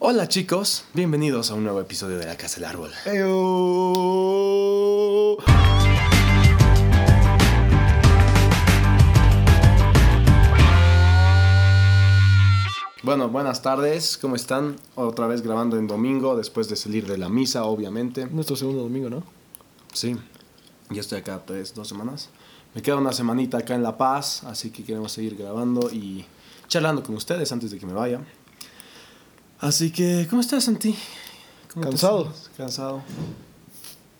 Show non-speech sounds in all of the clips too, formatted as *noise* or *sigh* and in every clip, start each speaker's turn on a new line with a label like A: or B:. A: Hola chicos, bienvenidos a un nuevo episodio de La Casa del Árbol.
B: Eh.
A: Bueno, buenas tardes, ¿cómo están? Otra vez grabando en domingo, después de salir de la misa, obviamente.
B: Nuestro segundo domingo, ¿no?
A: Sí, ya estoy acá tres, dos semanas. Me queda una semanita acá en La Paz, así que queremos seguir grabando y charlando con ustedes antes de que me vaya. Así que, ¿cómo estás, Santi? ¿Cómo te
B: Cansado.
A: sientes? Cansado.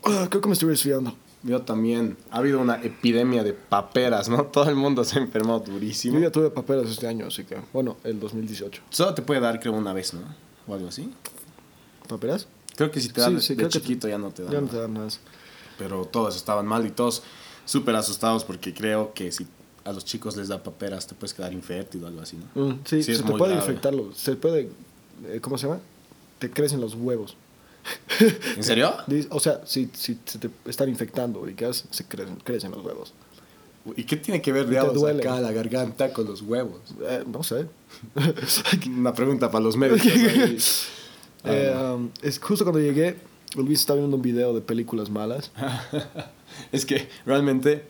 B: Ah, Creo que me estuve resfriando.
A: Yo también. Ha habido una epidemia de paperas, ¿no? *laughs* Todo el mundo se ha enfermado
B: Yo
A: durísimo.
B: ya tuve paperas este año, así que, bueno, el 2018.
A: Solo te puede dar, creo, una vez, ¿no? O algo así.
B: ¿Paperas?
A: Creo que si te da
B: Sí,
A: de-
B: sí,
A: de
B: creo que
A: chiquito ya no te da.
B: Ya no
A: nada.
B: te dan nada. más.
A: Pero todos estaban mal y todos súper asustados porque creo que si a los chicos les da paperas te puedes quedar infértil o algo así, ¿no?
B: Mm, sí,
A: Sí, es
B: se te
A: muy
B: puede
A: grave.
B: infectarlo. Se puede. eh, ¿Cómo se llama? Te crecen los huevos. *laughs*
A: ¿En serio?
B: Dice- O sea, si, si se te están infectando, ubicas, se crecen, crecen los huevos.
A: ¿Y qué tiene que ver digamos,
B: duele.
A: acá la garganta con los huevos?
B: *laughs* Eh, no sé.
A: Una pregunta para los
B: *laughs*
A: médicos. ahí.
B: Eh, um, es justo cuando llegué, Luis estaba viendo un video de películas malas.
A: Es que realmente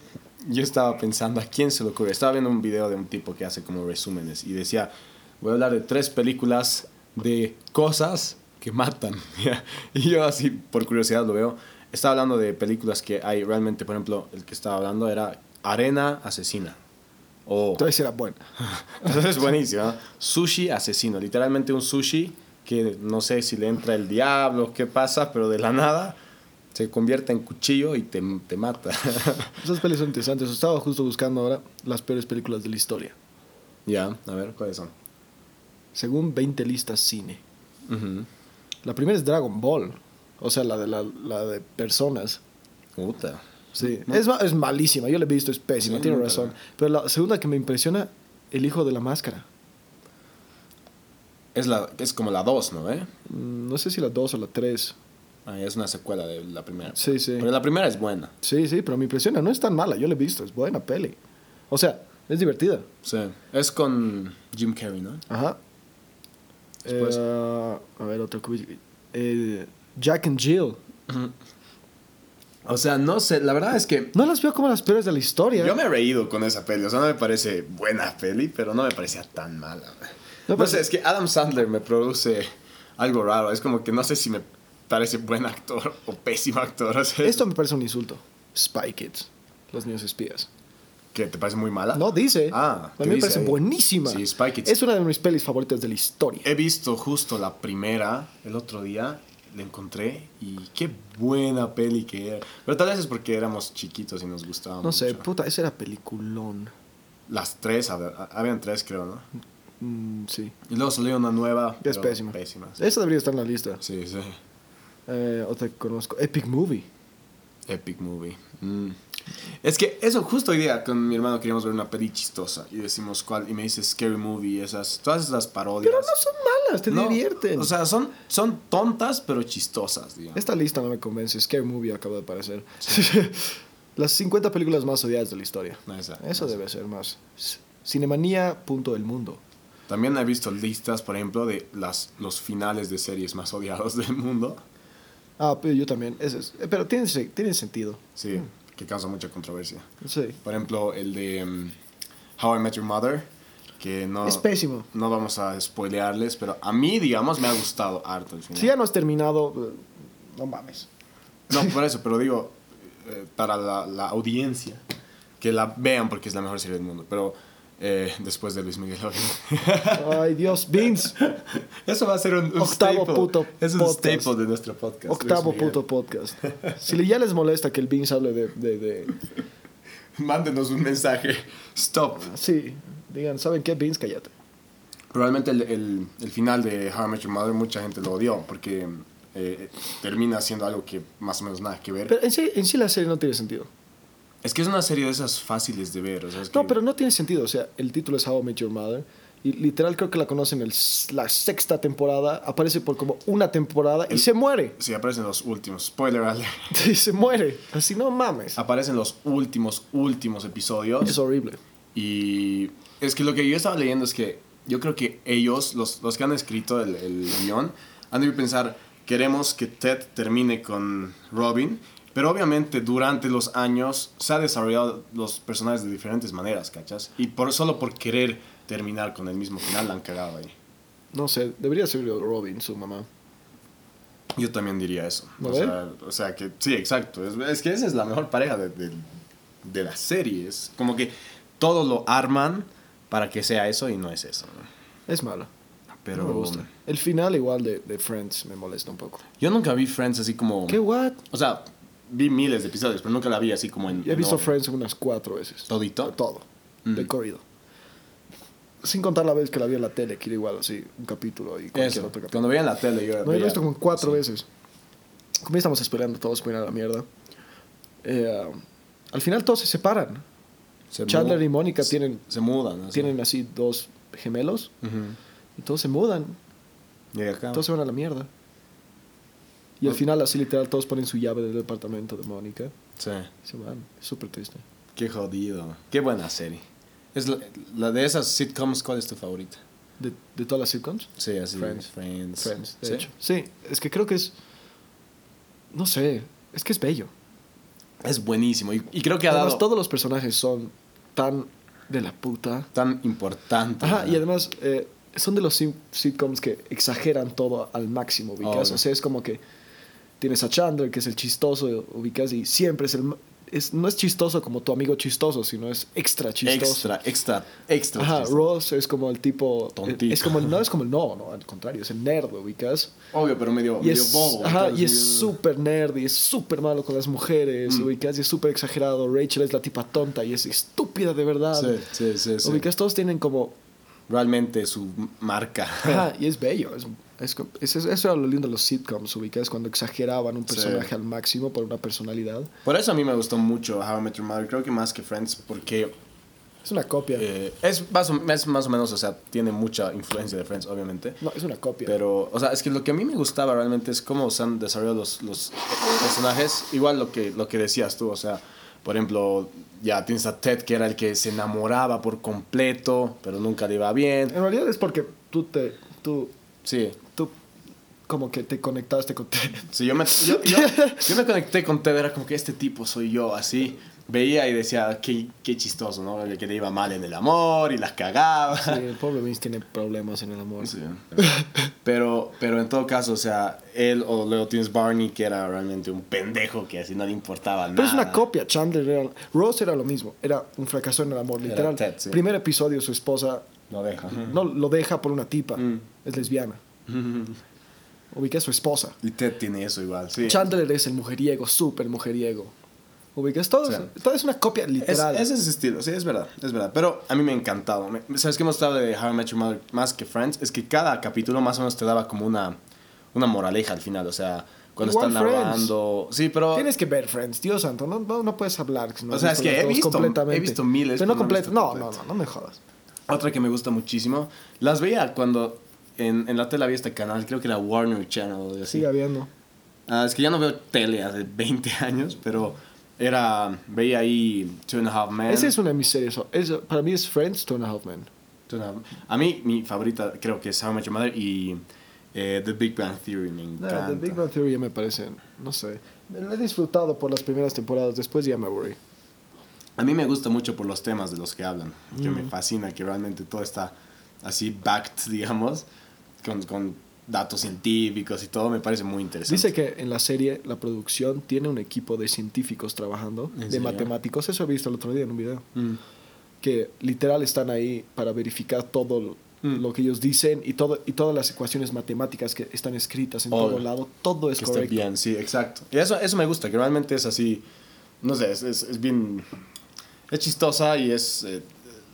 A: yo estaba pensando a quién se lo ocurre. Estaba viendo un video de un tipo que hace como resúmenes y decía, voy a hablar de tres películas de cosas que matan. *laughs* y yo así, por curiosidad, lo veo. Estaba hablando de películas que hay realmente, por ejemplo, el que estaba hablando era Arena Asesina.
B: *laughs*
A: O...
B: Entonces era bueno.
A: Entonces es buenísimo. ¿no? Sushi asesino. Literalmente un sushi que no sé si le entra el diablo, qué pasa, pero de la nada se convierte en cuchillo y te, te mata. *laughs*
B: Esas pelis son interesantes. Estaba justo buscando ahora las peores películas de la historia.
A: ya, a ver, ¿cuáles son?
B: Según 20 listas cine.
A: Ujú.
B: La primera es Dragon Ball. O sea, la de, la, la de personas.
A: Puta.
B: Sí. Es, ma- es malísima. Yo la he visto, es pésima.
A: Mm, Sí,
B: tiene
A: nunca
B: razón.
A: la-
B: Pero la segunda que me impresiona, El hijo de la máscara.
A: Es, la, es como la 2, ¿no? ¿Eh?
B: Mm, No sé si la 2 o la 3.
A: Ah, es una secuela de la primera.
B: Sí, sí.
A: Pero la primera es buena.
B: Sí, sí, pero me impresiona. No es tan mala. Yo la he visto. Es buena peli. O sea, es divertida.
A: Sí. Es con Jim Carrey, ¿no?
B: Ajá.
A: Después.
B: Eh, a ver, otro que vi. Eh, Jack and Jill.
A: O sea, no sé, la verdad es que
B: No las veo como las peores de la historia. ¿eh?
A: Yo me he reído con esa peli, o sea, no me parece buena peli, pero no me parecía tan mala. No, pues
B: No, pero-
A: sé, es que Adam Sandler me produce algo raro, es como que no sé si me parece buen actor *laughs* o pésimo actor. o sea,
B: Esto me parece un insulto. Spy Kids. Los niños espías.
A: ¿Que te parece muy mala?
B: No dice.
A: Ah,
B: a
A: ¿qué
B: mí me
A: dice
B: parece
A: ahí?
B: buenísima.
A: Sí, Spy Kids. Eh,
B: Es una de mis pelis favoritas de la historia.
A: He visto justo la primera el otro día, la encontré y qué buena peli que era. Pero tal vez es porque éramos chiquitos y nos gustaba
B: no sé,
A: mucho.
B: puta, ese era peliculón.
A: Las tres, hab- hab- habían tres creo, ¿no?
B: Mm, sí.
A: Y luego salió una nueva.
B: Es
A: pero
B: pésima.
A: Pésima. sí.
B: Esa debería estar en la lista.
A: Sí, sí.
B: Eh, otra que conozco. Epic Movie.
A: Epic movie. Mm. Es que eso, justo hoy día con mi hermano queríamos ver una peli chistosa y decimos cuál, y me dice Scary Movie, esas, todas esas parodias.
B: Pero no son malas, te
A: No,
B: divierten.
A: O sea, son, son tontas pero chistosas, digamos.
B: Esta lista no me convence. Scary Movie acaba de aparecer. *laughs* Las 50 películas más odiadas de la historia.
A: No, esa-
B: Eso
A: esa.
B: debe ser más. Cinemanía, punto del mundo.
A: También he visto listas, por ejemplo, de las, los finales de series más odiados *laughs* del mundo.
B: Ah, pero yo también. Ese es- eh, pero tiene, se- tiene sentido.
A: Sí,
B: Mm.
A: que causa mucha controversia.
B: Sí.
A: Por ejemplo, el de mm, How I Met Your Mother, que no...
B: Es pésimo.
A: No vamos a spoilearles, pero a mí, digamos, me ha gustado harto el final.
B: Si ya no has terminado, eh, no mames.
A: No, por eso, pero digo, eh, para la, la audiencia, que la vean porque es la mejor serie del mundo. Pero eh, después de Luis Miguel, obvio.
B: Ay, Dios, Vince.
A: *laughs* eso va a ser un, un
B: Octavo
A: staple.
B: puto
A: Es un
B: podcast.
A: staple de nuestro podcast. Luis
B: Octavo
A: Miguel.
B: puto podcast. Si le- ya les molesta que el Vince hable de, de- de-
A: Mándenos un mensaje. Stop.
B: Sí, digan, ¿saben qué? Vince, cállate.
A: Probablemente el, el- el final de How I Met Your Mother mucha gente lo odió porque eh, termina siendo algo que más o menos nada que ver.
B: Pero en sí, en sí la serie no tiene sentido.
A: es que es una serie de esas fáciles de ver. o sea, es
B: No,
A: que-
B: pero no tiene sentido. O sea, el título es How I Met Your Mother. Y literal creo que la conocen el, s- la sexta temporada. Aparece por como una temporada y
A: El-
B: se muere. *laughs*
A: Sí, aparecen los últimos. Spoiler alert. *laughs*
B: Y se muere. Así no mames.
A: aparecen los últimos, últimos episodios.
B: Es horrible.
A: Y es que lo que yo estaba leyendo es que yo creo que ellos, los, los que han escrito el, el guión, han de pensar, queremos que Ted termine con Robin, pero obviamente durante los años se han desarrollado los personajes de diferentes maneras, ¿cachas? Y por, solo por querer terminar con el mismo final la han cagado ahí.
B: No sé, debería ser Robin, su mamá.
A: Yo también diría eso.
B: ¿No
A: O
B: ve?
A: sea, o sea que sí, exacto. Es, es que esa es la mejor pareja de, de, de la serie. Es como que todo lo arman para que sea eso y no es eso. ¿no?
B: Es mala.
A: Pero
B: No me gusta. El final igual de, de Friends me molesta un poco.
A: yo nunca vi Friends así como...
B: ¿Qué what?
A: O sea, vi miles de episodios, pero nunca la vi así como en...
B: He
A: en
B: visto
A: orden.
B: Friends unas cuatro veces.
A: ¿Todito?
B: Todo.
A: Mm.
B: De corrido. Sin contar la vez que la vi en la tele, que era igual así, un capítulo y cualquier
A: Eso.
B: otro capítulo.
A: Cuando veía en la tele yo...
B: No, yo lo he
A: veía-
B: visto como cuatro
A: sí.
B: veces. Como ya estamos esperando todos para ir a la mierda. Eh, um, al final todos se separan.
A: Ah, Se
B: Chandler
A: mu-
B: y Mónica tienen,
A: Se mudan. así.
B: tienen así dos gemelos
A: Ujú.
B: y todos se mudan.
A: Y acá...
B: Todos se van a la mierda. Y
A: Ah.
B: al final, así literal, todos ponen su llave del departamento de Mónica.
A: Sí.
B: y Se van. Es súper triste.
A: Qué jodido. Qué buena serie. Es la, la de esas sitcoms, ¿cuál es tu favorita?
B: De, de todas las sitcoms.
A: Sí, así.
B: Friends.
A: Friends.
B: Friends, de
A: ¿Sí?
B: hecho. Sí, es que creo que es. No sé. Es que es bello.
A: Es buenísimo. Y, y creo que ha
B: Además,
A: dado
B: todos los personajes son tan de la puta.
A: tan importante.
B: Ajá,
A: ¿no?
B: y además eh, son de los sim- sitcoms que exageran todo al máximo, ubicas.
A: Obvio.
B: O sea, es como que tienes a Chandler, que es el chistoso, ubicas, y siempre es el. ma- Es, no es chistoso como tu amigo chistoso, sino es extra chistoso.
A: Extra, extra, extra.
B: Ajá,
A: chistoso.
B: Ross es como el tipo. eh,
A: Tontito.
B: Es como el, no, es como el no, no, al contrario, es el nerd, ubicas.
A: Obvio, pero medio,
B: Y
A: medio
B: es,
A: bobo.
B: ajá,
A: ¿no?
B: y es súper nerd y es súper malo con las mujeres,
A: Mm.
B: ubicas, y es súper exagerado. Rachel es la tipa tonta y es estúpida de verdad.
A: Sí, sí, sí. sí.
B: Ubicas, todos tienen como
A: Realmente su marca. *laughs*
B: Ajá, y es bello. Es, es co- es- es- eso era lo lindo de los sitcoms, ubicas, cuando exageraban un
A: Sí.
B: personaje al máximo por una personalidad.
A: Por eso a mí me gustó mucho How I Met Your Mother. Creo que más que Friends, porque
B: Es una copia.
A: eh, es, más o, es más o menos, o sea, tiene mucha influencia de Friends, obviamente.
B: no, es una copia.
A: Pero, o sea, es que lo que a mí me gustaba realmente es cómo se han desarrollado los, los personajes. Igual lo que, lo que decías tú, o sea, por ejemplo, ya tienes a Ted, que era el que se enamoraba por completo, pero nunca le iba bien.
B: en realidad es porque tú te. Tú,
A: Sí,
B: tú como que te conectaste con. *laughs*
A: sí yo, me, *laughs* yo, yo- yo me conecté con Ted, era como que este tipo soy yo, así. Veía y decía, qué, qué chistoso, ¿no? El Que le iba mal en el amor y las cagaba.
B: Sí, el pobre Vince tiene problemas en el amor.
A: *laughs* Sí. Pero, pero en todo caso, o sea, él o luego tienes Barney, que era realmente un pendejo que así no le importaba nada.
B: Pero es una copia. Chandler era. Ross era lo mismo. Era un fracaso en el amor,
A: Era
B: literal.
A: Ted, sí.
B: Primer episodio, su esposa
A: No deja.
B: no lo deja por una tipa.
A: Mm. *laughs*
B: Es lesbiana. Ubica a su esposa.
A: Y Ted tiene eso igual, sí.
B: Chandler es el mujeriego, súper mujeriego. Ubicas todo,
A: Sí.
B: todo es una copia
A: es,
B: literal.
A: ese es su estilo, sí, es verdad, es verdad. Pero a mí me encantaba. Me- ¿Sabes qué me gustaba de How I Met Your Mother más que Friends? Es que cada capítulo más o menos te daba como una, una moraleja al final, o sea, cuando
B: Igual
A: están
B: Friends.
A: narrando... Sí, pero...
B: Tienes que ver Friends, Dios santo, no, no, no puedes hablar. si no
A: O
B: has
A: sea, es que
B: las
A: he
B: dos
A: visto- he visto miles,
B: Pero no
A: pero no he
B: completo,
A: visto
B: no, no,
A: completo.
B: no, no me jodas.
A: Otra que me gusta muchísimo. Las veía cuando en, en la tele había este canal, creo que era Warner Channel. o algo así.
B: Sigue habiendo.
A: Ah, es que ya no veo tele hace 20 *laughs* años, pero era. Veía ahí Two and a Half Men.
B: Esa es una de mis series. es- para mí es Friends, Two and a Half Men.
A: Two and a Half- A mí, mi favorita creo que es How I Met Your Mother y eh, The Big Bang Theory. Me
B: No,
A: encanta.
B: Ah, The Big Bang Theory ya me parece, no sé. Lo he disfrutado por las primeras temporadas, después ya me aburrí.
A: A mí me gusta mucho por los temas de los que hablan, que
B: Mm.
A: me fascina, que realmente todo está así backed, *laughs* digamos, con, con datos científicos y todo, me parece muy interesante.
B: Dice que en la serie, la producción tiene un equipo de científicos trabajando,
A: ¿En
B: de
A: serio?
B: matemáticos. Eso he visto el otro día en un video.
A: Mm.
B: que literal están ahí para verificar todo lo,
A: Mm.
B: lo que ellos dicen y, todo, y todas las ecuaciones matemáticas que están escritas en
A: Obvio.
B: todo lado, todo es
A: que esté
B: correcto.
A: bien, sí, exacto. Y eso, eso me gusta, que realmente es así, no sé, es, es, es bien, es chistosa y es, eh,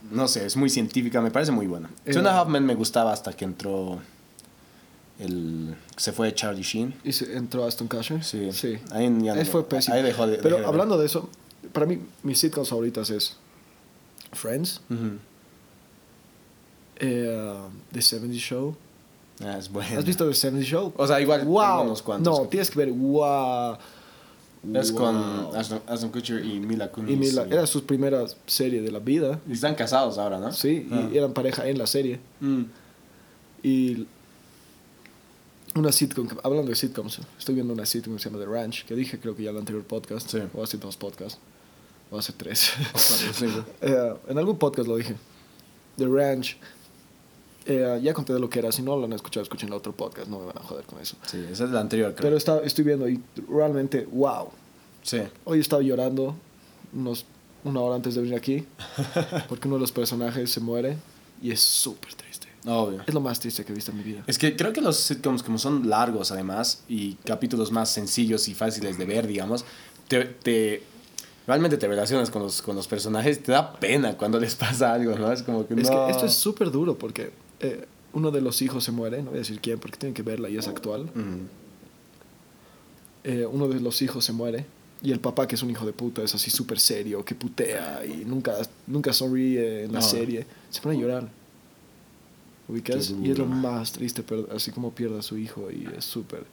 A: no sé, es muy científica, me parece muy buena.
B: Eh,
A: Two and a Half Men me gustaba hasta que entró el, se fue Charlie Sheen.
B: ¿Y se- entró Aston Kutcher?
A: Sí, Eh,
B: sí.
A: ahí ya no-
B: Él fue pésimo.
A: ahí dejó de-
B: Pero
A: dejé de
B: hablando de eso, para mí, mis sitcoms favoritas es Friends,
A: Ujú.
B: eh, The 70 Show.
A: Ah, es buena.
B: ¿Has visto The 70 Show?
A: O sea, igual,
B: ¡Wow!
A: tengo unos cuantos.
B: no, tienes que ver ¡Wow!
A: Es con
B: Wow.
A: Ashton, Ashton Kutcher y Mila Kunis.
B: Y Mila-
A: y-
B: era su primera serie de la vida.
A: y están casados ahora, ¿no?
B: Sí,
A: Ah.
B: y eran pareja en la serie.
A: Mm.
B: Y una sitcom, que- hablando de sitcoms, estoy viendo una sitcom que se llama The Ranch, que dije creo que ya en el anterior podcast,
A: Sí.
B: o hace dos podcasts, o hace
A: *laughs*
B: tres.
A: cuatro, cinco.
B: *laughs* Eh, en algún podcast lo dije. The Ranch. Eh, ya conté de lo que era, si no lo han escuchado, escuchen el otro podcast, no me van a joder con eso.
A: Sí, esa es la anterior, creo.
B: Pero está, estoy viendo y realmente, wow.
A: Sí.
B: Hoy estaba llorando unos, una hora antes de venir
A: *laughs*
B: aquí, porque uno de los personajes se muere y es súper triste.
A: Obvio.
B: Es lo más triste que he visto en mi vida.
A: Es que creo que los sitcoms, como son largos además, y capítulos más sencillos y fáciles de ver, digamos, te, te- realmente te relacionas con los, con los personajes, te da pena cuando les pasa algo, ¿no? Es como que
B: Es
A: no.
B: que esto es súper duro porque eh, uno de los hijos se muere, no voy a decir quién porque tienen que verla y es actual.
A: Mm.
B: Eh, uno de los hijos se muere y el papá, que es un hijo de puta, es así súper serio, que putea y nunca, nunca sonríe en la
A: No.
B: serie, se pone a llorar. ¿Ubicas?
A: Qué
B: Y es lo
A: duro.
B: más triste, pero así como pierde a su hijo y es súper.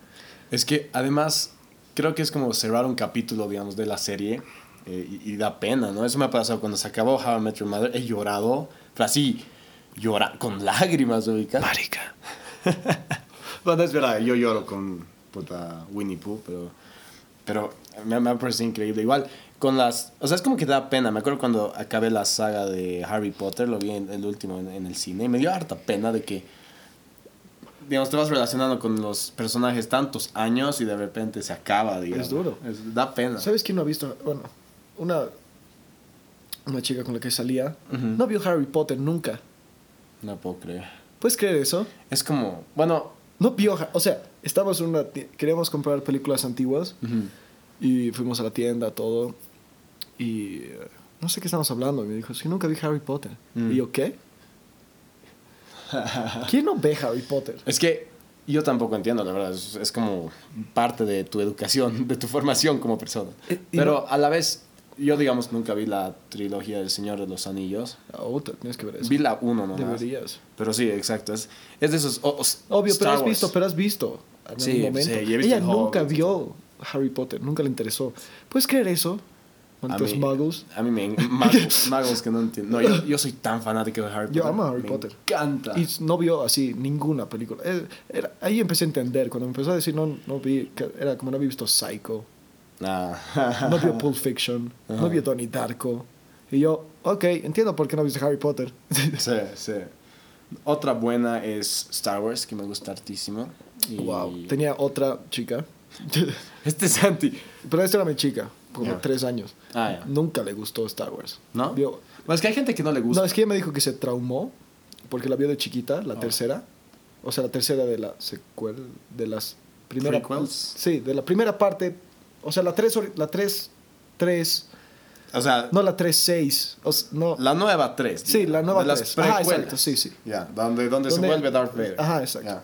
A: Es que además creo que es como cerrar un capítulo, digamos, de la serie eh, y, y da pena, ¿no? Eso me ha pasado cuando se acabó How I Met Your Mother, he llorado, pero así, llora, con lágrimas, ubicas.
B: Marica.
A: Bueno, es verdad, yo lloro con puta Winnie Pooh, pero, pero me, me ha parecido increíble. Igual, con las. O sea, es como que da pena. Me acuerdo cuando acabé la saga de Harry Potter, lo vi en el último en, en el cine, y me dio harta pena de que. Digamos, te vas relacionando con los personajes tantos años y de repente se acaba, digamos.
B: duro.
A: Es- da pena.
B: ¿Sabes quién no ha visto? Bueno, una, una chica con la que salía
A: Ujú.
B: no vio Harry Potter nunca.
A: No puedo creer.
B: ¿Puedes creer eso?
A: Es como. Bueno.
B: No vio, o sea, estábamos en una ti- queríamos comprar películas antiguas
A: ujú.
B: y fuimos a la tienda, todo. Y eh, no sé qué estamos hablando. Y me dijo, sí, nunca vi Harry Potter.
A: Mm.
B: Y yo, ¿qué? ¿Quién no ve Harry Potter?
A: Es que yo tampoco entiendo, la verdad. Es, es como parte de tu educación, *laughs* de tu formación como persona.
B: Eh, y
A: Pero a la vez, yo, digamos, nunca vi la trilogía del Señor de los Anillos.
B: Ah, puta, tienes que ver eso.
A: Vi la 1 nomás.
B: Deberías.
A: Pero sí, exacto. Es, es de esos. o- o-
B: Obvio,
A: Star
B: pero has
A: Wars.
B: visto, pero has visto. En
A: Sí,
B: algún momento.
A: sí, y he visto
B: Ella
A: el
B: nunca
A: Hobbit.
B: vio Harry Potter, nunca le interesó. ¿Puedes creer eso?
A: A
B: Malditos
A: mí,
B: muggles.
A: a mí me
B: *laughs*
A: magos, *laughs* magos que no entiendo. No, yo, yo soy tan fanático de Harry Potter.
B: Yo amo a Harry
A: me
B: Potter.
A: encanta.
B: Y no vio así ninguna película. Eh, era- ahí empecé a entender. Cuando me empezó a decir, no, no vi, que era como no había visto Psycho,
A: Ah. *laughs*
B: no vio Pulp Fiction,
A: Ajá.
B: no vio Donnie Darko. Y yo, ok, entiendo por qué no viste Harry Potter.
A: Sí, sí. Otra buena es Star Wars, que me gusta hartísimo. Y-
B: *laughs* Wow. Tenía otra chica. *laughs*
A: Este es Santi.
B: Pero esta era mi chica, como
A: Ya.
B: tres años.
A: Ah, ya.
B: Nunca le gustó Star Wars.
A: ¿No?
B: Vio-
A: Bueno, es que hay gente que no le gusta.
B: No, es que ella me dijo que se traumó porque la vio de chiquita, la
A: Ah.
B: tercera. O sea, la tercera de la secuela, de las primera
A: Prequels.
B: Sí, de la primera parte. O sea, la 3, la 3, 3,
A: o sea,
B: no la 3, 6. O s- no,
A: la nueva 3.
B: sí, la nueva 3. Ajá, exacto, sí, sí.
A: Ya, donde, donde se
B: Donde-
A: vuelve Darth Vader.
B: Ajá, exacto.
A: Ya.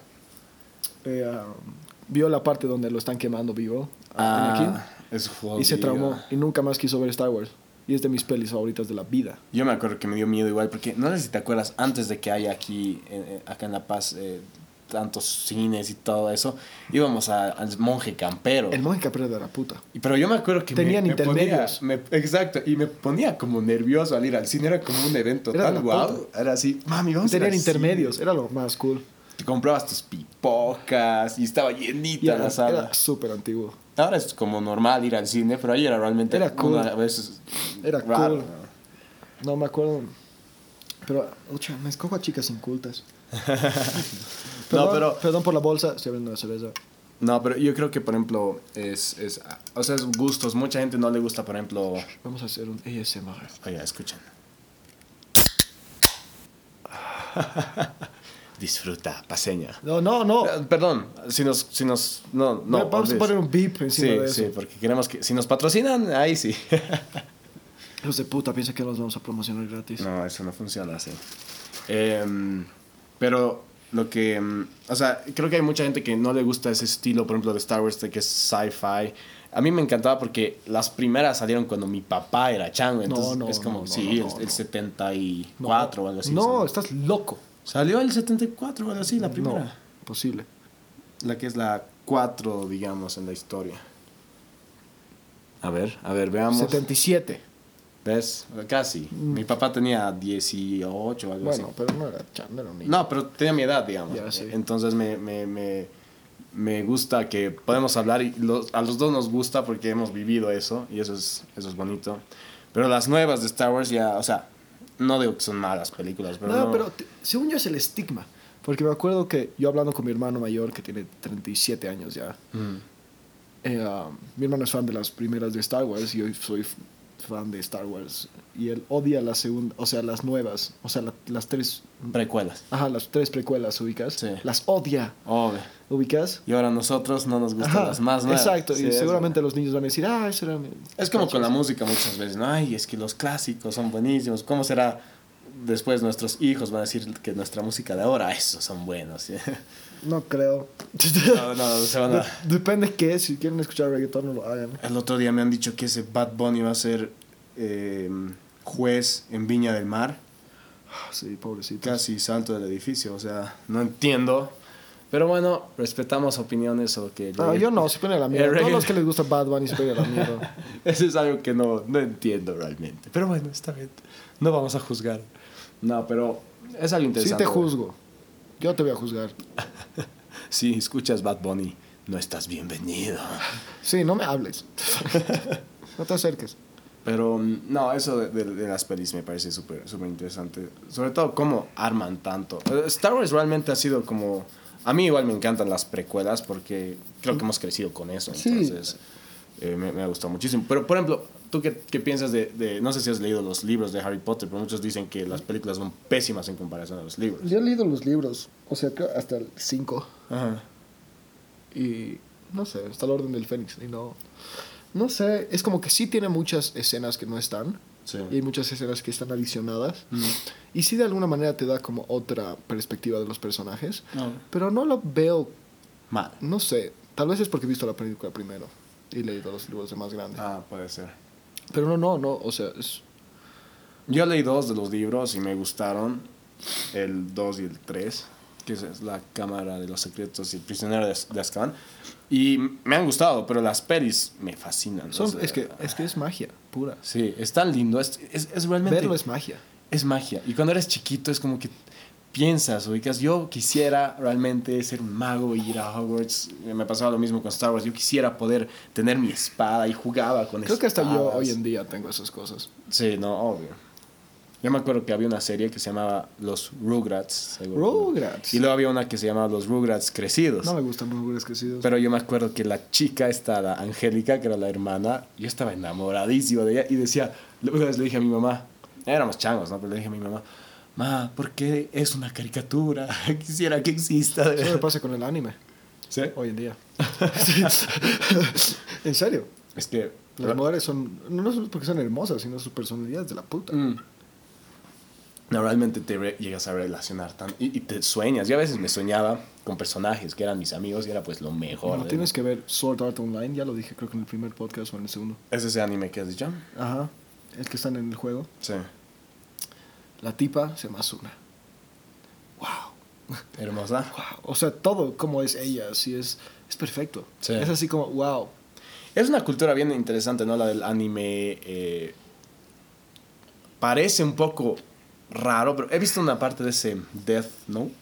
B: Eh, um, vio la parte donde lo están quemando vivo a Anakin,
A: Ah, es jodido.
B: y se traumó y nunca más quiso ver Star Wars. Y es de mis pelis favoritas de la vida.
A: Yo me acuerdo que me dio miedo igual, porque no sé si te acuerdas, antes de que haya aquí, eh, eh, acá en La Paz, eh, tantos cines y todo eso, íbamos a- al monje campero.
B: El monje caprera de la puta.
A: Y- Pero yo me acuerdo que me-
B: Tenían
A: me,
B: intermedios.
A: ponía- me- exacto, y me ponía como nervioso al ir al cine. Era como un evento
B: Era de
A: tan
B: la
A: guau. Era así, mami, vamos a ir
B: Tenían
A: al cine".
B: intermedios, era lo más cool.
A: Te comprabas tus pipocas y estaba llenita
B: Y era
A: la sala.
B: era súper antiguo.
A: Ahora es como normal ir al cine, pero ahí era realmente.
B: Era cool.
A: una- a veces
B: Era
A: raro,
B: cool. No me acuerdo. Pero, ocha, me escojo a chicas incultas.
A: No,
B: Perdón,
A: pero-
B: Perdón por la bolsa, estoy abriendo la cerveza.
A: No, pero yo creo que, por ejemplo, es, es. O sea, es gustos. Mucha gente no le gusta, por ejemplo.
B: Vamos a hacer un ASMR.
A: Oiga, escuchen. *laughs* Disfruta, paseña.
B: No, no, no.
A: Eh, Perdón, si nos. Si nos no, no.
B: Oh. Mira, Vamos a
A: olvides.
B: poner un beep encima
A: Sí,
B: de eso.
A: sí, porque queremos que. Si nos patrocinan, ahí sí. *laughs*
B: Hijos de puta, piensa que los vamos a promocionar gratis.
A: No, eso no funciona así. Em, pero lo que... em, O sea, creo que hay mucha gente que no le gusta ese estilo, por ejemplo, de Star Wars, de que es sci-fi. A mí me encantaba porque las primeras salieron cuando mi papá era chango. Entonces
B: no,
A: es como,
B: no, no,
A: sí, el,
B: no, no,
A: el
B: no.
A: 74 o algo así.
B: No,
A: salió.
B: estás loco.
A: Salió el 74 o algo así, la primera.
B: No, posible.
A: La que es la 4, digamos, en la historia. A ver, a ver, veamos.
B: 77.
A: ¿Ves? Casi. Mi papá tenía 18 o algo
B: Mm. Bueno,
A: así.
B: pero no era Chandler, era un niño.
A: No, pero tenía mi edad, digamos.
B: Ya, sí.
A: Entonces me, me, me, me gusta que podemos hablar y los- a los dos nos gusta porque hemos vivido eso y eso es, eso es bonito. Pero las nuevas de Star Wars ya, o sea, no digo que son malas películas, pero
B: no,
A: no-
B: pero te- según yo es el estigma. Porque me acuerdo que yo hablando con mi hermano mayor, que tiene 37 años ya,
A: Mm.
B: eh, um, mi hermano es fan de las primeras de Star Wars y yo soy f- fan de Star Wars. Y él odia las segunda, o sea, las nuevas, o sea, la- las tres,
A: Precuelas.
B: ajá, las tres precuelas, ¿ubicas?
A: Sí.
B: Las odia,
A: Obvio.
B: ¿ubicas?
A: Y ahora nosotros no nos gustan
B: Ajá,
A: las más nuevas.
B: Exacto,
A: Sí,
B: y
A: es-
B: seguramente los niños van a decir, ah, eso era... mi-".
A: Es como con la música muchas veces, ¿no? Ay, es que los clásicos son buenísimos. ¿Cómo será después nuestros hijos van a decir que nuestra música de ahora, esos son buenos? *laughs* ¿sí?
B: No creo.
A: No, no, se van a...
B: *laughs* Depende qué, es, si quieren escuchar reggaetón no lo hagan.
A: El otro día me han dicho que ese Bad Bunny va a ser eh, juez en Viña del Mar.
B: Ah, Sí, pobrecito.
A: Casi salto del edificio, o sea, no entiendo. Pero bueno, respetamos opiniones o que...
B: No, yo no, se pone a la
A: El
B: mierda. Todos
A: reggae-
B: los que les gusta Bad Bunny se ponen a la mierda.
A: *laughs* Eso es algo que no, no entiendo realmente. Pero bueno, está bien. No vamos a juzgar. No, pero es algo
B: Sí
A: interesante.
B: te juzgo. Yo te voy a juzgar.
A: Si escuchas Bad Bunny, no estás bienvenido.
B: Sí, no
A: *laughs*
B: me hables. No te acerques.
A: Pero mm, no, eso de, de- de las pelis me parece súper súper interesante. Sobre todo cómo arman tanto. Eh, Star Wars realmente ha sido como... A mí igual me encantan las precuelas porque creo que hemos crecido con eso.
B: Sí.
A: Entonces, eh, me, me ha gustado muchísimo. Pero, por ejemplo, ¿tú qué, qué piensas de, de- No sé si has leído los libros de Harry Potter, pero muchos dicen que las películas son pésimas en comparación a los libros.
B: Yo he leído los libros, o sea, creo hasta el 5.
A: Ajá.
B: Y no sé, está el orden del Fénix. Y no. No sé, es como que sí tiene muchas escenas que no están.
A: Sí. Mm.
B: Y hay muchas escenas que están adicionadas. Y sí, de alguna manera te da como otra perspectiva de los personajes.
A: No.
B: Pero no lo veo
A: Mal.
B: No sé, tal vez es porque he visto la película primero y leído los libros de más grande.
A: Ah, puede ser.
B: Pero no, no, no, o sea, es...
A: Yo leí dos de los libros y me gustaron, el 2 y el 3, que es- es La Cámara de los Secretos y El Prisionero de, Az- de Azkaban. Y me han gustado, pero las pelis me fascinan.
B: son-
A: o sea,
B: es, que, es que es magia pura.
A: Sí, es tan lindo, es, es, es realmente...
B: Verlo es magia.
A: es magia. Y cuando eres chiquito es como que piensas, ubicas, yo quisiera realmente ser un mago y ir a Hogwarts. Me pasaba lo mismo con Star Wars, yo quisiera poder tener mi espada y jugaba con
B: Creo que hasta yo
A: espadas.
B: hoy en día tengo esas cosas.
A: Sí, no, obvio. Yo me acuerdo que había una serie que se llamaba Los Rugrats. seguro.
B: Rugrats.
A: Y luego había una que se llamaba Los Rugrats Crecidos.
B: No me gustan los lugares crecidos.
A: Pero yo me acuerdo que la chica esta, la Angélica, que era la hermana, yo estaba enamoradísimo de ella y decía, una vez le dije a mi mamá, éramos changos, ¿no? Pero le dije a mi mamá, ma, ¿por qué es una caricatura? *laughs* Quisiera que exista. de
B: Eso me
A: verdad".
B: pasa con el anime
A: ¿Sí?
B: hoy en día.
A: *laughs*
B: en serio.
A: Es que...
B: Las mujeres son, no solo porque son hermosas, sino sus personalidades de la puta.
A: Mm. No, realmente te re- llegas a relacionar tan, y, y te sueñas. Yo a veces me soñaba con personajes que eran mis amigos y era pues lo mejor.
B: Bueno,
A: de-
B: tienes que ver Sword Art Online, ya lo dije creo que en el primer podcast o en el segundo.
A: ¿Es ese anime que has dicho?
B: Ajá, el que están en el juego.
A: Sí.
B: La tipa se llama Asuna. Wow.
A: Hermosa.
B: Wow. O sea, todo como es ella, así es, es perfecto.
A: Sí.
B: Es así como, wow.
A: Es una cultura bien interesante, ¿no? La del anime. eh, parece un poco raro, pero he visto una parte de ese Death Note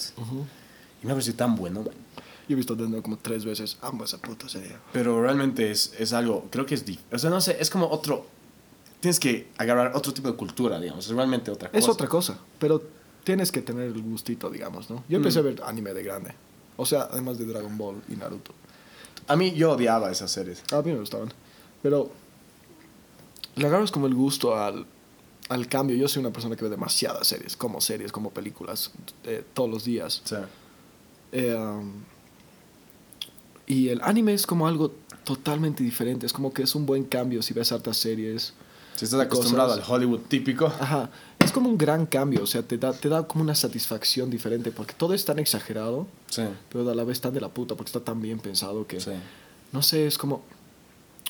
A: y me ha parecido tan bueno.
B: Yo he visto Death Note como tres veces, amo esa puta serie.
A: Pero realmente es, es algo, creo que es dif- O sea, no sé, es como otro. Tienes que agarrar otro tipo de cultura, digamos. Es realmente otra cosa.
B: Es otra cosa, pero tienes que tener el gustito, digamos, ¿no? Yo empecé a ver anime de grande. O sea, además de Dragon Ball y Naruto.
A: A mí yo odiaba esas series.
B: A mí me gustaban. Pero le agarras como el gusto al, al cambio. Yo soy una persona que ve demasiadas series, como series, como películas, eh, todos los días.
A: O sea,
B: Eh, um, y el anime es como algo totalmente diferente. Es como que es un buen cambio si ves hartas series.
A: si estás acostumbrado
B: Cosas. Ah,
A: al Hollywood típico.
B: Ajá. Es como un gran cambio. O sea, te da, te da como una satisfacción diferente. Porque todo es tan exagerado,
A: Sí,
B: pero a la vez tan de la puta. Porque está tan bien pensado que.
A: sí.
B: No sé, es como.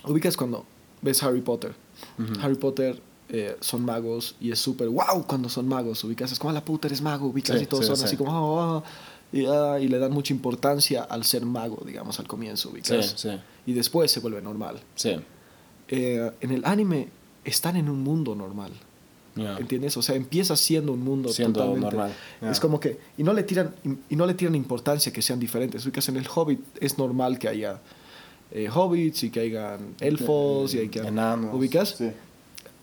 B: Ubicas cuando ves Harry Potter.
A: Ujú.
B: Harry Potter eh, son magos y es súper wow cuando son magos. Ubicas, es como a la puta eres mago. Ubicas
A: Sí,
B: y todos
A: sí,
B: son
A: sí.
B: así como. "Ah, ah", y, ah, y le dan mucha importancia al ser mago, digamos, al comienzo.
A: Sí,
B: Ubicas.
A: sí,
B: Y después se vuelve normal.
A: sí.
B: eh, en el anime están en un mundo normal.
A: Ya.
B: ¿Entiendes? O sea, empieza siendo un mundo
A: Ah. Siendo
B: totalmente-
A: normal, Ah. ya.
B: Es como que y no le tiran y, y no le tiran importancia que sean diferentes. Ubicas en el Hobbit es normal que haya eh, hobbits y que hayan elfos y hay que
A: Enanos.
B: ubicas
A: Sí.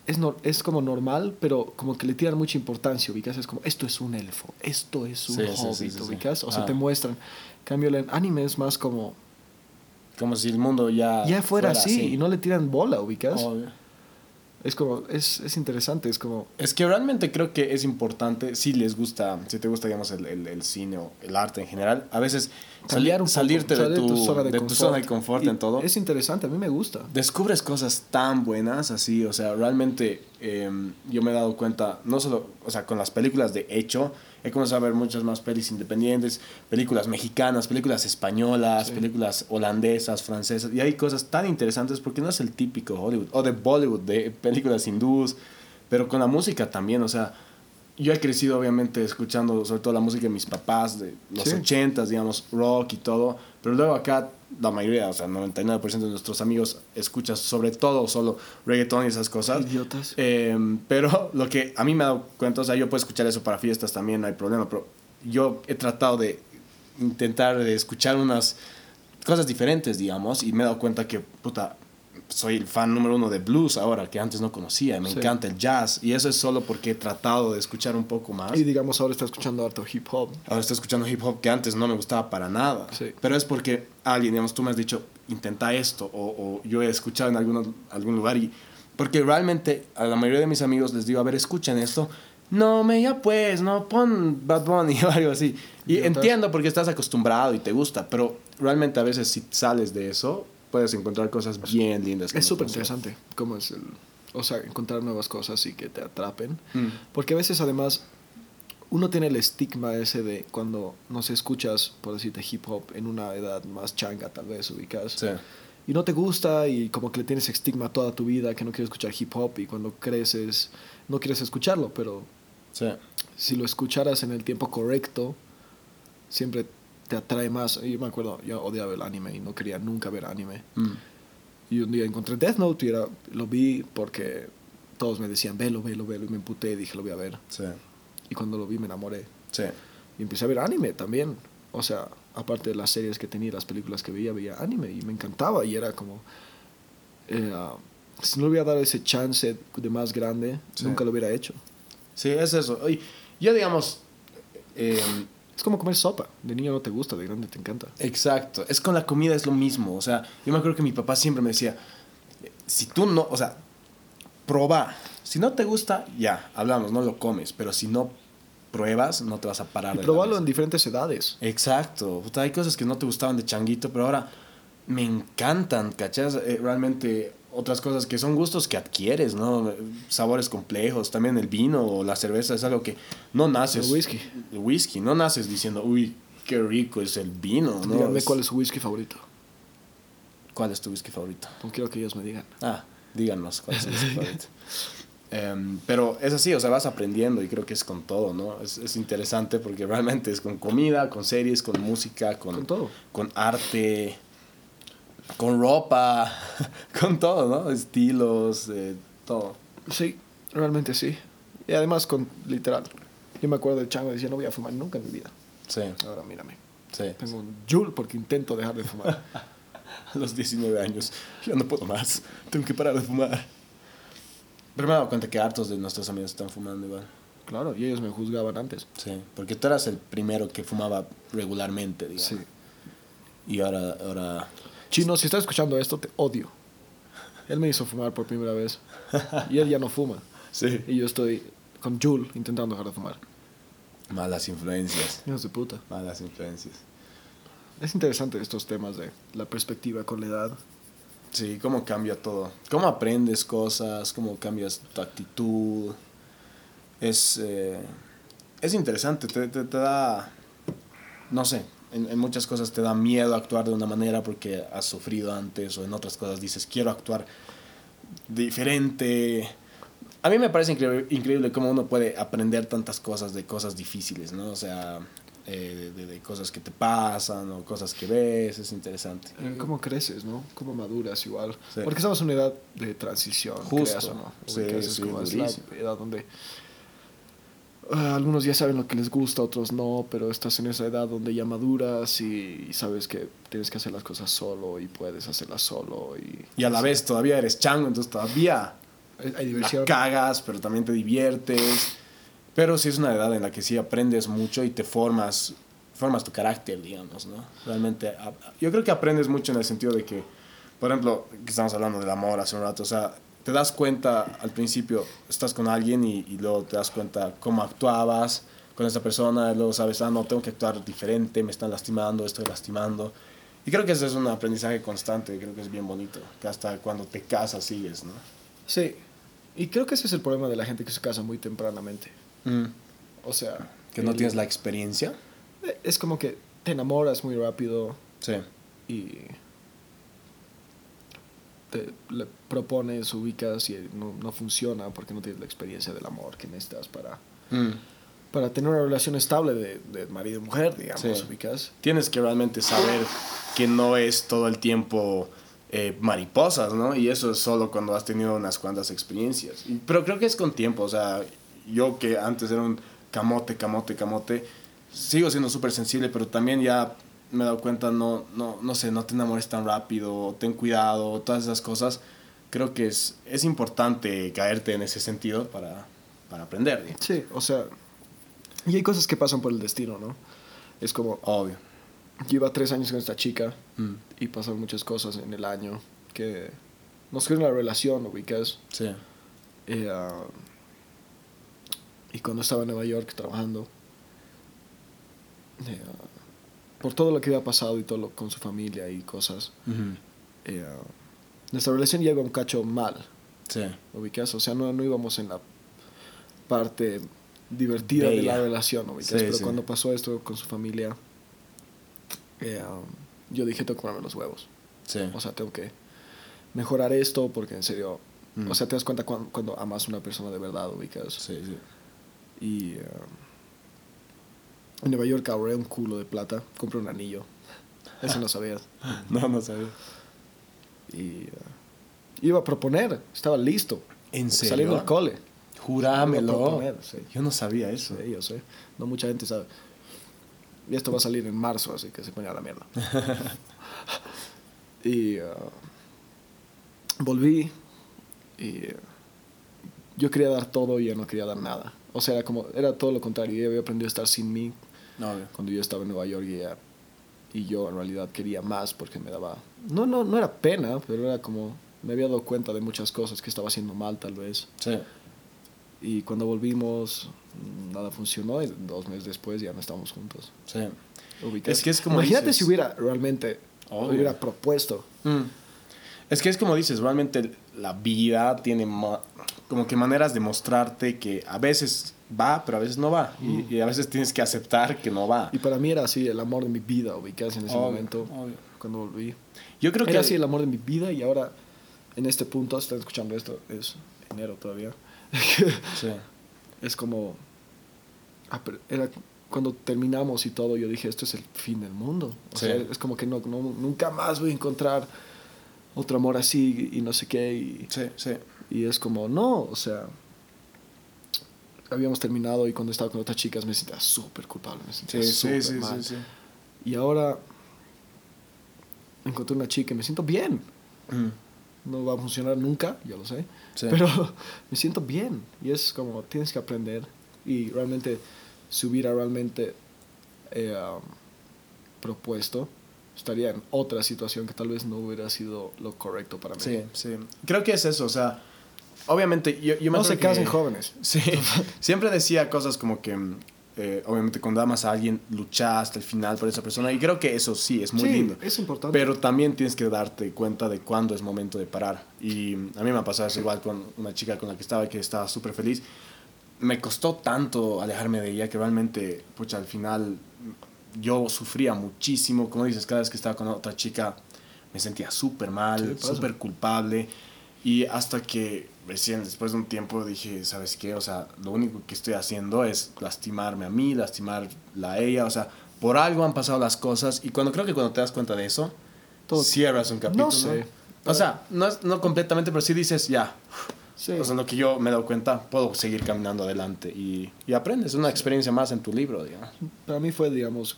B: es, nor- es como normal, pero como que le tiran mucha importancia, ubicas, es como, esto es un elfo, esto es un
A: Sí, sí, sí, sí,
B: hobbit,
A: sí.
B: ubicas, o sea,
A: Ah.
B: te muestran. En cambio, el anime es más como,
A: Como si el mundo ya.
B: ya fuera, así, y no le tiran bola, ubicas.
A: Obvio.
B: Es como, es, es interesante, es como,
A: Es que realmente creo que es importante, si les gusta, si te gusta, digamos, el, el- el cine o el arte en general, a veces sali-
B: cambiar un poco,
A: salirte
B: salir
A: de, tu, zona de, tu zona de confort
B: Y
A: en todo.
B: Es interesante, a mí me gusta.
A: Descubres cosas tan buenas así, o sea, realmente eh, yo me he dado cuenta, no solo, o sea, con las películas de hecho, he comenzado a ver muchas más pelis independientes, películas mexicanas, películas españolas,
B: Sí.
A: películas holandesas, francesas, y hay cosas tan interesantes porque no es el típico Hollywood, o de Bollywood, de películas hindús, pero con la música también, o sea, yo he crecido obviamente escuchando sobre todo la música de mis papás, de los
B: Sí.
A: 80s, digamos, rock y todo, pero luego acá la mayoría, o sea, 99% de nuestros amigos escucha sobre todo solo reggaetón y esas cosas.
B: Idiotas.
A: Eh, pero *laughs* lo que a mí me ha dado cuenta, o sea, yo puedo escuchar eso para fiestas también, no hay problema, pero yo he tratado de intentar de escuchar unas cosas diferentes, digamos, y me he dado cuenta que, puta, soy el fan número uno de blues ahora, que antes no conocía, me
B: Sí.
A: encanta el jazz, y eso es solo porque he tratado de escuchar un poco más.
B: Y digamos, ahora está escuchando harto hip hop.
A: Ahora estoy escuchando hip hop que antes no me gustaba para nada.
B: Sí.
A: Pero es porque alguien, digamos, tú me has dicho, intenta esto, o, o yo he escuchado en algunos, algún lugar y... Porque realmente a la mayoría de mis amigos les digo, a ver, escuchen esto. No, me ya pues, no, pon Bad Bunny *laughs* o algo así. Y
B: Idiotas.
A: entiendo porque estás acostumbrado y te gusta, pero realmente a veces si sales de eso, puedes encontrar cosas bien lindas. que
B: Es
A: no
B: súper
A: conocías.
B: interesante cómo es el... O sea, encontrar nuevas cosas y que te atrapen.
A: Mm.
B: Porque a veces además uno tiene el estigma ese de cuando nos escuchas, por decirte, hip hop en una edad más changa tal vez, ubicas.
A: Sí.
B: Y no te gusta y como que le tienes estigma toda tu vida, que no quieres escuchar hip hop y cuando creces no quieres escucharlo, pero
A: Sí.
B: si lo escucharas en el tiempo correcto, siempre te atrae más. Y Yo me acuerdo, yo odiaba el anime y no quería nunca ver anime.
A: Mm.
B: Y un día encontré Death Note y era- lo vi porque todos me decían, velo, velo, velo, y me emputé y dije, lo voy a ver.
A: Sí.
B: Y cuando lo vi me enamoré.
A: Sí.
B: Y empecé a ver anime también. O sea, aparte de las series que tenía, y las películas que veía, veía anime y me encantaba. Y era como. eh, ah, si no le hubiera dado ese chance de más grande,
A: Sí.
B: nunca lo hubiera hecho.
A: Sí, es eso. Y yo, digamos... em,
B: Es como comer sopa. De niño no te gusta, de grande te encanta.
A: Exacto. Es con la comida es lo mismo. O sea, yo me acuerdo que mi papá siempre me decía, si tú no, o sea, proba. Si no te gusta, ya, hablamos, no lo comes. Pero si no pruebas, no te vas a parar.
B: Y
A: de la
B: probarlo en
A: mesa.
B: diferentes edades.
A: Exacto. Puta, hay cosas que no te gustaban de changuito, pero ahora me encantan, ¿cachas? Eh, realmente otras cosas que son gustos que adquieres, ¿no? Sabores complejos, también el vino o la cerveza es algo que no naces.
B: El whisky.
A: El whisky, no naces diciendo, uy, qué rico es el vino, ¿no?
B: Díganme
A: Es-
B: cuál es su whisky favorito.
A: ¿Cuál es tu whisky favorito?
B: No quiero que ellos me digan.
A: Ah, díganos cuál es tu
B: *laughs*
A: whisky favorito. Em, pero es así, o sea, vas aprendiendo y creo que es con todo, ¿no? Es, es interesante porque realmente es con comida, con series, con música, con,
B: Con todo.
A: con arte, con ropa, *laughs* con todo, ¿no? Estilos, eh, todo.
B: Sí, realmente sí. Y además, con literal. Yo me acuerdo del chango decía, no voy a fumar nunca en mi vida.
A: Sí,
B: Ahora mírame.
A: sí.
B: Tengo un Juul porque intento dejar de fumar. *laughs*
A: A los 19 años, ya no puedo más, tengo que parar de fumar. Pero me he dado cuenta que hartos de nuestros amigos están fumando igual.
B: Claro, y ellos me juzgaban antes.
A: Sí, porque tú eras el primero que fumaba regularmente, digamos.
B: Sí.
A: Y ahora, ahora...
B: Chino, si estás escuchando esto, te odio. Él me hizo fumar por primera vez. Y él ya no fuma.
A: Sí.
B: Y yo estoy con Jul intentando dejar de fumar.
A: Malas influencias.
B: Hijos de puta.
A: Malas influencias.
B: Es interesante estos temas de la perspectiva con la edad.
A: Sí, cómo cambia todo. Cómo aprendes cosas, cómo cambias tu actitud. Es, eh, es interesante, te, te- te da... No sé, en, en muchas cosas te da miedo actuar de una manera porque has sufrido antes o en otras cosas dices, quiero actuar diferente. A mí me parece incre- increíble cómo uno puede aprender tantas cosas de cosas difíciles, ¿no? O sea, eh, de, de- de cosas que te pasan o cosas que ves, es interesante.
B: Eh, ¿Cómo creces, no? ¿Cómo maduras igual?
A: Sí.
B: Porque estamos en una edad de transición,
A: Justo.
B: creas o no.
A: Sí,
B: Porque es
A: sí,
B: como es la
A: durísimo.
B: edad donde ah, algunos ya saben lo que les gusta, otros no, pero estás en esa edad donde ya maduras y, y sabes que tienes que hacer las cosas solo y puedes hacerlas solo y
A: Y a la vez todavía eres chango, entonces todavía
B: hay, hay
A: la
B: diversión.
A: cagas, pero también te diviertes. Pero sí es una edad en la que sí aprendes mucho y te formas, formas tu carácter, digamos, ¿no? Realmente, a- a- yo creo que aprendes mucho en el sentido de que, por ejemplo, que estamos hablando del amor hace un rato, o sea, te das cuenta al principio, estás con alguien y, y luego te das cuenta cómo actuabas con esa persona, y luego sabes, ah, no, tengo que actuar diferente, me están lastimando, estoy lastimando. Y creo que eso es un aprendizaje constante, creo que es bien bonito, que hasta cuando te casas sigues, ¿no?
B: Sí. Y creo que ese es el problema de la gente que se casa muy tempranamente. O sea,
A: Que no
B: el- Eh,
A: tienes la experiencia.
B: es como que te enamoras muy rápido,
A: Sí.
B: y te le propones, ubicas y no, no funciona porque no tienes la experiencia del amor que necesitas para,
A: Mm.
B: para tener una relación estable de, de marido y mujer, digamos,
A: Sí.
B: ubicas.
A: Tienes que realmente saber que no es todo el tiempo eh, mariposas, ¿no? Y eso es solo cuando has tenido unas cuantas experiencias. Y- Pero creo que es con tiempo, o sea, yo que antes era un camote, camote, camote, sigo siendo súper sensible, pero también ya me he dado cuenta, no, no, no sé, no te enamores tan rápido, ten cuidado, todas esas cosas. Creo que es, es importante caerte en ese sentido para, para aprender, digamos.
B: Sí, o sea, y hay cosas que pasan por el destino, ¿no? Es como,
A: obvio.
B: lleva tres años con esta chica
A: Mm.
B: y pasan muchas cosas en el año que nos crean la relación, ubicas.
A: Sí.
B: Eh, ah, y cuando estaba en Nueva York trabajando, eh, ah, por todo lo que había pasado y todo lo, con su familia y cosas, eh, ah, nuestra relación ya iba un cacho mal,
A: Sí.
B: ubicas. O sea, no, no íbamos en la parte divertida de la
A: Bella.
B: relación, ubicas.
A: Sí,
B: Pero
A: sí.
B: cuando pasó esto con su familia, eh, ah, yo dije, tengo que comerme los huevos.
A: Sí.
B: O sea, tengo que mejorar esto porque en serio,
A: Mm.
B: o sea, te das cuenta cuan- cuando, amas a una persona de verdad, ubicas.
A: sí, sí. *laughs*
B: Y eh, en Nueva York ahorré un culo de plata, compré un anillo. Eso no sabías.
A: No, no sabía.
B: Y eh, iba a proponer, estaba listo.
A: ¿En serio? Ah,
B: Saliendo del cole. Iba a
A: Jurámelo.
B: proponer, sí.
A: Yo no sabía eso.
B: Sí, yo sé. No mucha gente sabe. Y esto va a salir en marzo, así que se pone a
A: *laughs*
B: la mierda. y eh, volví y eh, yo quería dar todo y yo no quería dar nada. O sea, era como era todo lo contrario. Ella había aprendido a estar sin mí
A: No,
B: cuando yo estaba en Nueva York y, ella- y yo en realidad quería más porque me daba... No, no, no era pena, pero era como... Me había dado cuenta de muchas cosas que estaba haciendo mal tal vez.
A: Sí.
B: Y cuando volvimos, nada funcionó y dos meses después ya no estábamos juntos.
A: Sí.
B: Ubicas.
A: Es que es como
B: Imagínate
A: dices. Oh,
B: si hubiera realmente
A: Obvio.
B: hubiera propuesto.
A: Mm. Es que es como dices, realmente la vida tiene ma- como que maneras de mostrarte que a veces va, pero a veces no va. Y- Y, a veces tienes que aceptar que no va.
B: Mm. Y para mí era así el amor de mi vida, ubicas en ese
A: Obvio,
B: momento,
A: obvio.
B: cuando volví.
A: Yo Oh, creo que...
B: era así el amor de mi vida y ahora, en este punto, están escuchando esto, es enero todavía. *laughs*
A: Sí.
B: es como. ah, pero Era cuando terminamos y todo, yo dije, esto es el fin del mundo. O
A: Sí.
B: sea, es como que no, no- nunca más voy a encontrar otro amor así y no sé qué. Y,
A: Sí, sí.
B: y es como, no, o sea. Habíamos terminado y cuando estaba con otras chicas me sentía súper culpable, me sentía
A: Sí,
B: súper
A: sí, sí,
B: mal.
A: sí, sí.
B: Y ahora encontré una chica y me siento bien.
A: Mm.
B: No va a funcionar nunca, yo lo sé.
A: Sí.
B: Pero *laughs* me siento bien. Y es como, tienes que aprender. Y realmente, si hubiera realmente eh, um, propuesto, estaría en otra situación que tal vez no hubiera sido lo correcto para mí.
A: Sí, sí. Creo que es eso, o sea, obviamente yo, yo me
B: no
A: acuerdo
B: se casen
A: que-
B: jóvenes.
A: Sí, *laughs* siempre decía cosas como que, mm, eh, obviamente, cuando amas a alguien, luchas hasta el final por esa persona. Y creo que eso sí, es muy
B: Sí,
A: lindo.
B: Es importante.
A: Pero también tienes que darte cuenta de cuándo es momento de parar. Y mm, a mí me ha pasado eso igual con una chica con la que estaba, que estaba súper feliz. Me costó tanto alejarme de ella que realmente, pucha, al final mm, yo sufría muchísimo. Como dices, cada vez que estaba con otra chica me sentía súper
B: Sí,
A: mal,
B: pasa.
A: súper culpable. Y hasta que recién, después de un tiempo, dije, ¿sabes qué? O sea, lo único que estoy haciendo es lastimarme a mí, lastimarla a ella. O sea, por algo han pasado las cosas. Y cuando creo que cuando te das cuenta de eso,
B: Todo-
A: cierras un capítulo.
B: No sé.
A: O sea, no, es- no completamente, pero sí dices, ya.
B: Sí.
A: O sea, lo que yo me he dado cuenta, puedo seguir caminando adelante. Y, y aprendes, es una experiencia más en tu libro, digamos.
B: Para mí fue, digamos,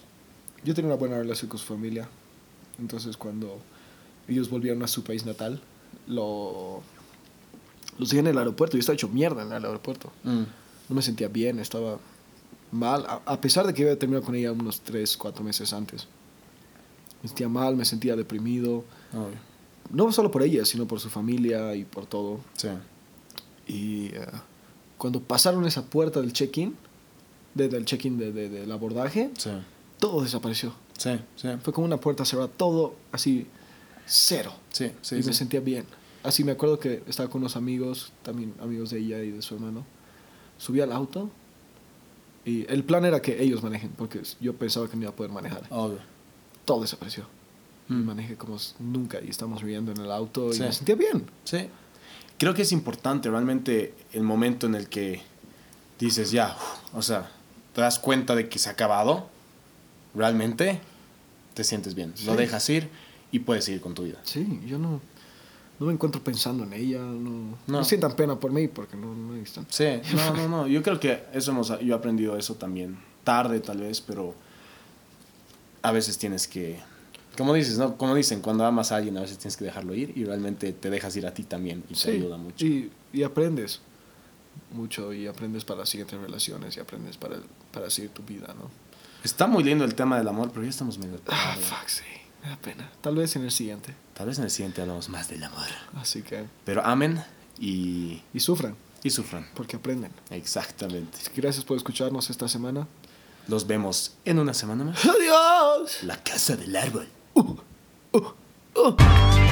B: yo tenía una buena relación con su familia. Entonces, cuando ellos volvieron a su país natal, lo, los dejé en el aeropuerto. Yo estaba hecho mierda en el aeropuerto. No me sentía bien, estaba mal. A, a pesar de que había terminado con ella unos 3, 4 meses antes. Me sentía mal, me sentía deprimido.
A: Obvio.
B: No solo por ella, sino por su familia y por todo.
A: Sí.
B: Y eh, cuando pasaron esa puerta del check-in, de- del check-in de- de- del abordaje,
A: Sí.
B: todo desapareció.
A: Sí, sí.
B: Fue como una puerta cerrada, todo así, cero.
A: Sí, sí.
B: y
A: sí.
B: me sentía bien. Así me acuerdo que estaba con unos amigos, también amigos de ella y de su hermano. Subí al auto y el plan era que ellos manejen, porque yo pensaba que no iba a poder manejar.
A: Obvio.
B: Todo desapareció.
A: Oh. Mm.
B: Manejé como s- nunca y estábamos riendo en el auto
A: Sí.
B: y me sentía bien.
A: Sí. Creo que es importante realmente el momento en el que dices, ya, uf, o sea, te das cuenta de que se ha acabado, realmente te sientes bien, lo
B: Sí.
A: dejas ir y puedes seguir con tu vida.
B: Sí, yo no, no me encuentro pensando en ella, no,
A: No.
B: no sientan pena por mí porque no, no es tan-
A: Sí, *laughs* no, no, no, yo creo que eso hemos, yo he aprendido eso también, tarde tal vez, pero a veces tienes que, como dices, ¿no? Como dicen, cuando amas a alguien a veces tienes que dejarlo ir y realmente te dejas ir a ti también y
B: Sí,
A: te ayuda mucho.
B: Y, y aprendes mucho y aprendes para las siguientes relaciones y aprendes para, el- para seguir tu vida, ¿no?
A: Está muy lindo el tema del amor, pero ya estamos medio tarde.
B: Ah, fuck, sí. Me da pena. Tal vez en el siguiente.
A: Tal vez en el siguiente hablamos más del amor.
B: Así que...
A: Pero amen y,
B: Y sufran,
A: y sufran.
B: porque aprenden.
A: Exactamente.
B: Así que Gracias por escucharnos esta semana.
A: Los vemos en una semana más.
B: ¡Adiós!
A: La casa del árbol.
B: Uh, uh.